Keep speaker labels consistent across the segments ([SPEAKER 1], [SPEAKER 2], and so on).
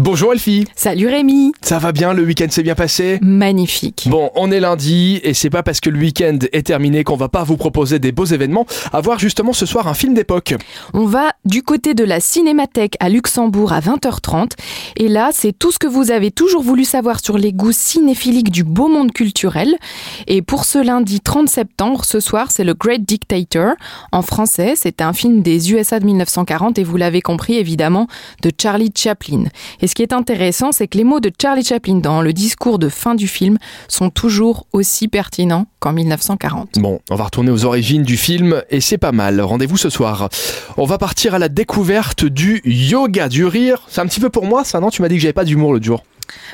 [SPEAKER 1] Bonjour Elfie.
[SPEAKER 2] Salut Rémi.
[SPEAKER 1] Ça va bien Le week-end s'est bien passé
[SPEAKER 2] Magnifique.
[SPEAKER 1] Bon, on est lundi et c'est pas parce que le week-end est terminé qu'on va pas vous proposer des beaux événements. À voir justement ce soir un film d'époque.
[SPEAKER 2] On va du côté de la Cinémathèque à Luxembourg à 20h30. Et là, c'est tout ce que vous avez toujours voulu savoir sur les goûts cinéphiliques du beau monde culturel. Et pour ce lundi 30 septembre, ce soir, c'est le Great Dictator. En français, c'est un film des USA de 1940 et vous l'avez compris évidemment, de Charlie Chaplin. Et ce qui est intéressant, c'est que les mots de Charlie Chaplin dans le discours de fin du film sont toujours aussi pertinents qu'en 1940.
[SPEAKER 1] Bon, on va retourner aux origines du film et c'est pas mal. Rendez-vous ce soir. On va partir à la découverte du yoga du rire. C'est un petit peu pour moi ça, non Tu m'as dit que j'avais pas d'humour l'autre jour.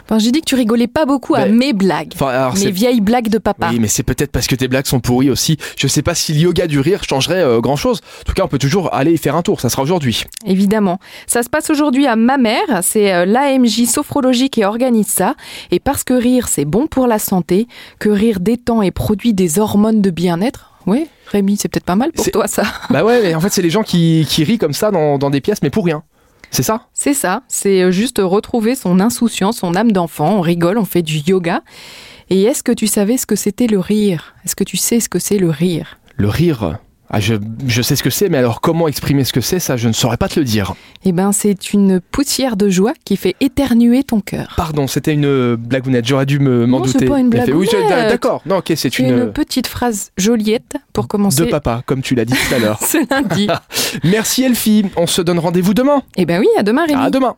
[SPEAKER 2] Enfin, j'ai dit que tu rigolais pas beaucoup à
[SPEAKER 1] Mais-
[SPEAKER 2] mes blagues,
[SPEAKER 1] Enfin, Ben, alors
[SPEAKER 2] mes
[SPEAKER 1] c'est...
[SPEAKER 2] vieilles blagues de papa.
[SPEAKER 1] Oui, mais c'est peut-être parce que tes blagues sont pourries aussi. Je sais pas si le yoga du rire changerait euh, grand-chose. En tout cas, on peut toujours aller y faire un tour. Ça sera aujourd'hui.
[SPEAKER 2] Évidemment. Ça se passe aujourd'hui à Ma mère, c'est euh, l'AMJ sophrologie qui organise ça. Et parce que rire, c'est bon pour la santé, que rire détend et produit des hormones de bien-être. Oui, Rémi, c'est peut-être pas mal pour
[SPEAKER 1] C'est-
[SPEAKER 2] toi ça.
[SPEAKER 1] bah ouais, mais en fait, c'est les gens qui, qui rient comme ça dans, dans des pièces, mais pour rien. C'est ça
[SPEAKER 2] C'est ça, c'est euh, juste retrouver son insouciance, son âme d'enfant. On rigole, on fait du yoga. Et est-ce que tu savais ce que c'était le rire Est-ce que tu sais ce que c'est le rire
[SPEAKER 1] Le rire. Ah, je, je sais ce que c'est, mais alors comment exprimer ce que c'est, ça, je ne saurais pas te le dire.
[SPEAKER 2] Eh ben, c'est une poussière de joie qui fait éternuer ton cœur.
[SPEAKER 1] Pardon, c'était une euh, blagounette, j'aurais dû me, m'en
[SPEAKER 2] Non, c'est
[SPEAKER 1] douter.
[SPEAKER 2] pas une
[SPEAKER 1] Elle fait, oui, je-
[SPEAKER 2] blagounette.
[SPEAKER 1] d'accord, non, ok, c'est
[SPEAKER 2] C'est
[SPEAKER 1] une.
[SPEAKER 2] une...
[SPEAKER 1] euh,
[SPEAKER 2] petite phrase joliette pour
[SPEAKER 1] De
[SPEAKER 2] commencer
[SPEAKER 1] papa, comme tu l'as dit tout à l'heure.
[SPEAKER 2] ce lundi.
[SPEAKER 1] Merci Elfie, on se donne rendez-vous demain.
[SPEAKER 2] eh ben oui, à demain Rémi.
[SPEAKER 1] À demain.